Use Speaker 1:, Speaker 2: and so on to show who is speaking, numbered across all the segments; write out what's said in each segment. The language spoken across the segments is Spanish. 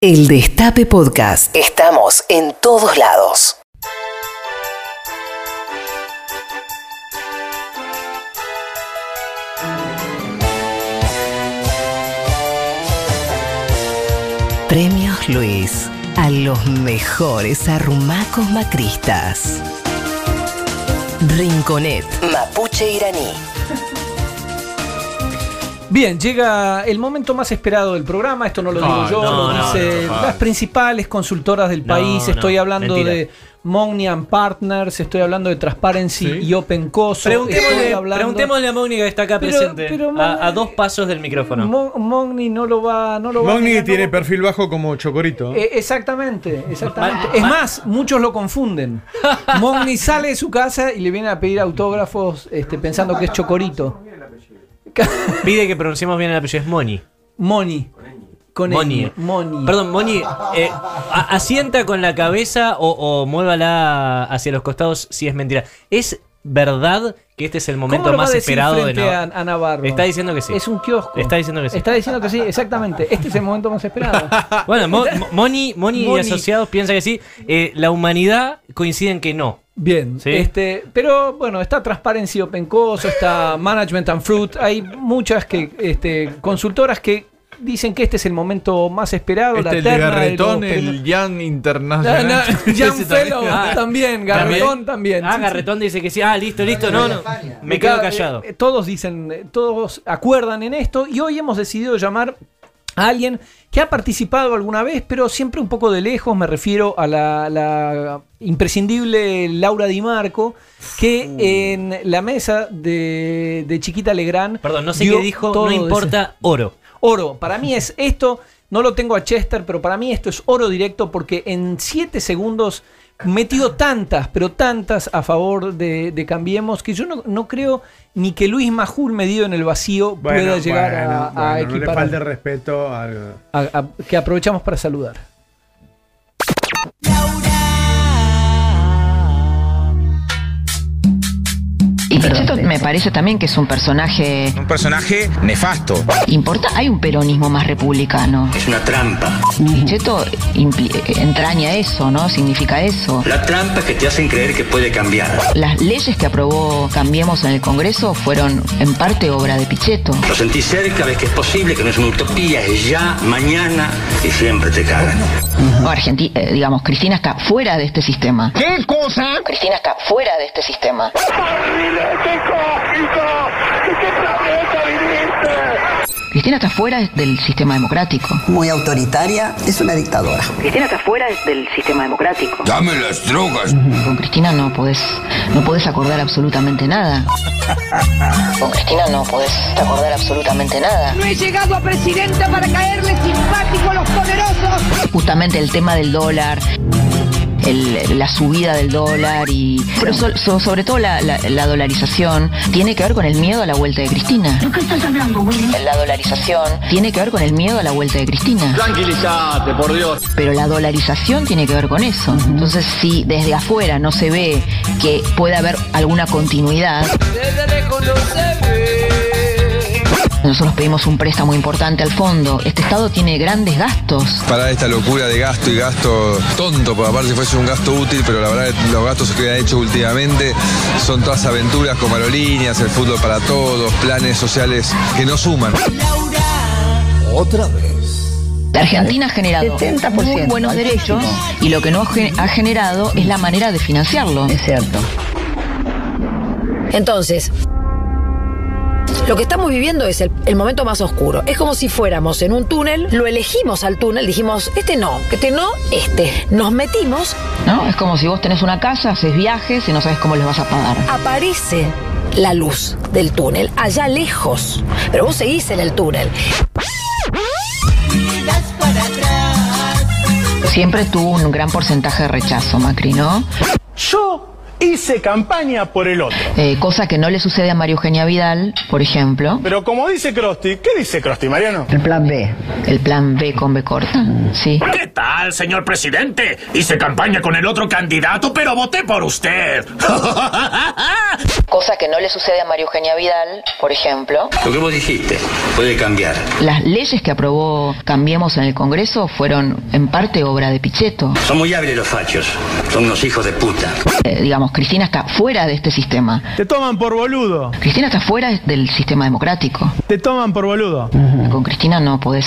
Speaker 1: El Destape Podcast. Estamos en todos lados. Premios Luis a los mejores arrumacos macristas. Rinconet, Mapuche iraní.
Speaker 2: Bien, llega el momento más esperado del programa. Esto no lo digo
Speaker 3: No,
Speaker 2: yo,
Speaker 3: no,
Speaker 2: lo
Speaker 3: no,
Speaker 2: dicen
Speaker 3: no, no, no.
Speaker 2: las principales consultoras del
Speaker 3: No,
Speaker 2: país.
Speaker 3: no,
Speaker 2: Estoy hablando
Speaker 3: mentira.
Speaker 2: de Mogni and Partners, estoy hablando de Transparency
Speaker 4: Sí.
Speaker 2: y Open Coso. estoy
Speaker 3: Preguntémosle,
Speaker 2: hablando-
Speaker 3: preguntémosle a Mónica que está acá
Speaker 2: Pero-
Speaker 3: presente.
Speaker 2: pero,
Speaker 3: a-
Speaker 2: Mónica-
Speaker 3: a, dos pasos del micrófono.
Speaker 2: Mo- Mogni no lo va, no lo va
Speaker 4: Mogni
Speaker 2: mirando.
Speaker 4: tiene perfil bajo como Chocorito.
Speaker 2: Eh, exactamente, exactamente.
Speaker 3: Ma-
Speaker 2: Es
Speaker 3: ma-
Speaker 2: más, muchos lo confunden. Mogni sale de su casa y le vienen a pedir autógrafos este, pensando que es Chocorito.
Speaker 3: Pide que pronunciemos bien el apellido. Es Moni.
Speaker 2: Moni. Con
Speaker 3: Moni.
Speaker 2: N. Moni.
Speaker 3: Perdón, Moni, eh, a- asienta con la cabeza o, o muévala hacia los costados si es mentira. ¿Es verdad que este es el
Speaker 2: ¿Cómo
Speaker 3: momento
Speaker 2: lo va
Speaker 3: más
Speaker 2: a decir
Speaker 3: esperado de
Speaker 2: frente a,
Speaker 3: Navarro?
Speaker 2: a Navarro?
Speaker 3: Está diciendo que sí.
Speaker 2: Es un kiosco.
Speaker 3: Está diciendo que sí.
Speaker 2: Está diciendo que sí, exactamente. Este es el momento más esperado.
Speaker 3: Bueno, Mo- Mo- Moni, Moni
Speaker 2: Moni.
Speaker 3: y asociados piensa que sí. Eh, la humanidad coincide en que no.
Speaker 2: Bien,
Speaker 3: Sí.
Speaker 2: este, pero bueno, está Transparency Open Course, está Management and Fruit, hay muchas que, este, consultoras que dicen que este es el momento más esperado.
Speaker 4: Este
Speaker 2: la
Speaker 4: el de
Speaker 2: terna de
Speaker 4: Garretón,
Speaker 2: los premios.
Speaker 4: el Young
Speaker 2: No,
Speaker 4: International.
Speaker 2: no, Jan
Speaker 4: Ese
Speaker 2: Fellow
Speaker 4: también.
Speaker 2: también, Garretón también.
Speaker 3: Ah,
Speaker 2: Sí, sí.
Speaker 3: Garretón dice que sí. Ah, listo, listo. No, no. Me quedo
Speaker 2: Ca-
Speaker 3: callado.
Speaker 2: eh, todos dicen, eh, todos acuerdan en esto y hoy hemos decidido llamar a alguien que ha participado alguna vez, pero siempre un poco de lejos, me refiero a la, la imprescindible Laura Di Marco, que en la mesa de, de Chiquita Legrand...
Speaker 3: Perdón, no sé
Speaker 2: dio
Speaker 3: qué dijo.
Speaker 2: todo
Speaker 3: No
Speaker 2: de sí.
Speaker 3: importa oro.
Speaker 2: Oro, para mí es esto, no lo tengo a Chester, pero para mí esto es oro directo porque en 7 segundos metió tantas, pero tantas a favor de, de Cambiemos que yo no, no creo ni que Luis Majul medido en el vacío pueda llegar a- a,
Speaker 4: bueno, bueno, No le
Speaker 2: equiparar.
Speaker 4: falte el respeto al.
Speaker 2: A- a- que aprovechamos para saludar.
Speaker 5: Y Pichetto me parece también que es un personaje
Speaker 6: Un personaje nefasto.
Speaker 5: importante. Hay un peronismo más republicano.
Speaker 7: Es una trampa.
Speaker 5: Pichetto impli- eh, entraña eso, ¿no? Significa eso.
Speaker 7: La trampa que te hacen creer que puede cambiar.
Speaker 5: Las leyes que aprobó Cambiemos en el Congreso fueron en parte obra de Pichetto.
Speaker 7: Lo sentís cerca, ves que es posible, que no es una utopía, es ya, mañana y siempre te cagan.
Speaker 5: Argentina, eh, digamos, Cristina está fuera de este sistema. ¿Qué cosa? Cristina está fuera de este sistema. Cristina está fuera del sistema democrático.
Speaker 8: muy autoritaria, es una dictadora.
Speaker 5: Cristina está fuera del sistema democrático.
Speaker 6: Dame las drogas.
Speaker 5: Con Cristina no podés, no podés acordar absolutamente nada. Con Cristina no podés acordar absolutamente nada.
Speaker 9: No he llegado a presidenta para caerle simpático a los poderosos.
Speaker 5: Justamente el tema del dólar, el- la subida del dólar y... Pero so- so- sobre todo la, la- la dolarización tiene que ver con el miedo a la vuelta de Cristina. ¿De qué estás hablando, La dolarización tiene que ver con el miedo a la vuelta de Cristina.
Speaker 7: Tranquilízate, por Dios.
Speaker 5: Pero la dolarización tiene que ver con eso. Entonces, si desde afuera no se ve que puede haber alguna continuidad. Nosotros pedimos un préstamo importante al fondo. Este Estado tiene grandes gastos.
Speaker 10: Para esta locura de gasto y gasto tonto, porque aparte fuese un gasto útil, pero la verdad los gastos que han hecho últimamente son todas aventuras como aerolíneas, el fútbol para todos, planes sociales que no suman.
Speaker 5: La Argentina ha generado
Speaker 8: 70%
Speaker 5: muy buenos
Speaker 8: altísimo.
Speaker 5: derechos y lo que no ge- ha generado es la manera de financiarlo.
Speaker 8: Es cierto.
Speaker 9: Entonces, lo que estamos viviendo es el, el momento más oscuro. Es como si fuéramos en un túnel, lo elegimos al túnel, dijimos, este no, este no, este. Nos metimos,
Speaker 5: ¿no? Es como si vos tenés una casa, haces viajes y no sabes cómo les vas a pagar.
Speaker 9: aparece la luz del túnel, allá lejos. Pero vos seguís en el túnel.
Speaker 5: Siempre tuvo un gran porcentaje de rechazo, Macri, ¿no?
Speaker 11: Yo hice campaña por el otro.
Speaker 5: Eh, cosa que no le sucede a María Eugenia Vidal, por ejemplo.
Speaker 11: Pero como dice Crosti, ¿qué dice Crosti, Mariano?
Speaker 8: El plan B.
Speaker 5: El plan B con B corta, sí.
Speaker 7: ¿Qué tal, señor presidente? Hice campaña con el otro candidato, pero voté por usted.
Speaker 5: Cosa que no le sucede a María Eugenia Vidal, por ejemplo.
Speaker 7: Lo que vos dijiste puede cambiar.
Speaker 5: Las leyes que aprobó Cambiemos en el Congreso fueron en parte obra de Pichetto.
Speaker 7: Son muy hábiles los fachos. Son unos hijos de puta.
Speaker 5: Eh, digamos, Cristina está fuera de este sistema.
Speaker 11: Te toman por boludo.
Speaker 5: Cristina está fuera del sistema democrático.
Speaker 11: Te toman por boludo.
Speaker 5: Con Cristina no podés,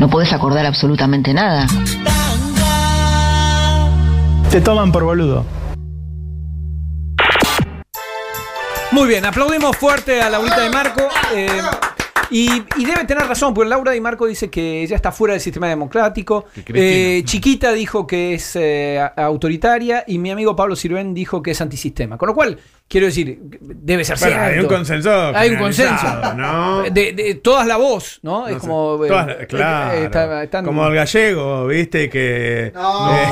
Speaker 5: no podés acordar absolutamente nada.
Speaker 11: Te toman por boludo.
Speaker 2: Muy bien, aplaudimos fuerte a Laurita de Marco. eh, y, y debe tener razón, porque Laura Di Marco dice que ella está fuera del sistema democrático.
Speaker 12: Cristina.
Speaker 2: Eh, Chiquita dijo que es eh, a- autoritaria. Y mi amigo Pablo Sirven dijo que es antisistema. Con lo cual, quiero decir, debe ser
Speaker 4: Bueno,
Speaker 2: cierto.
Speaker 4: hay un consenso
Speaker 2: Hay un
Speaker 4: generalizado,
Speaker 2: consenso.
Speaker 4: ¿no?
Speaker 2: De, de todas la voz, ¿no? es como. eh,
Speaker 4: Todas-
Speaker 2: eh,
Speaker 4: claro.
Speaker 2: eh, está- están-
Speaker 4: Como el gallego, viste, que.
Speaker 2: No,
Speaker 4: eh,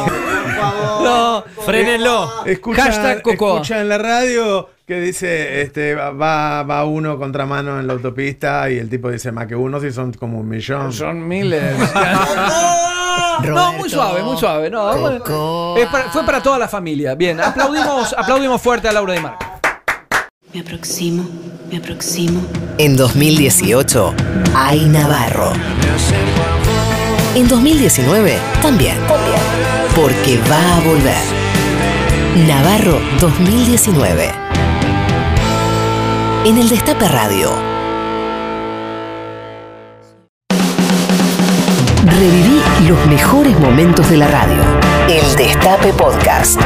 Speaker 2: No, frenenlo.
Speaker 4: Escucha,
Speaker 2: Hashtag Cocoa.
Speaker 4: escucha en la radio que dice este va, va uno contramano en la autopista y el tipo dice más que uno si son como un millón.
Speaker 2: Son miles. no, muy suave, muy suave. No, Es para- fue para toda la familia. Bien, aplaudimos, aplaudimos fuerte a Laura Di Marco.
Speaker 13: Me aproximo, me aproximo.
Speaker 1: En 2018, Ay Navarro. En 2019, también. Porque va a volver. Navarro 2019. En el Destape Radio. Reviví los mejores momentos de la radio. El Destape Podcast.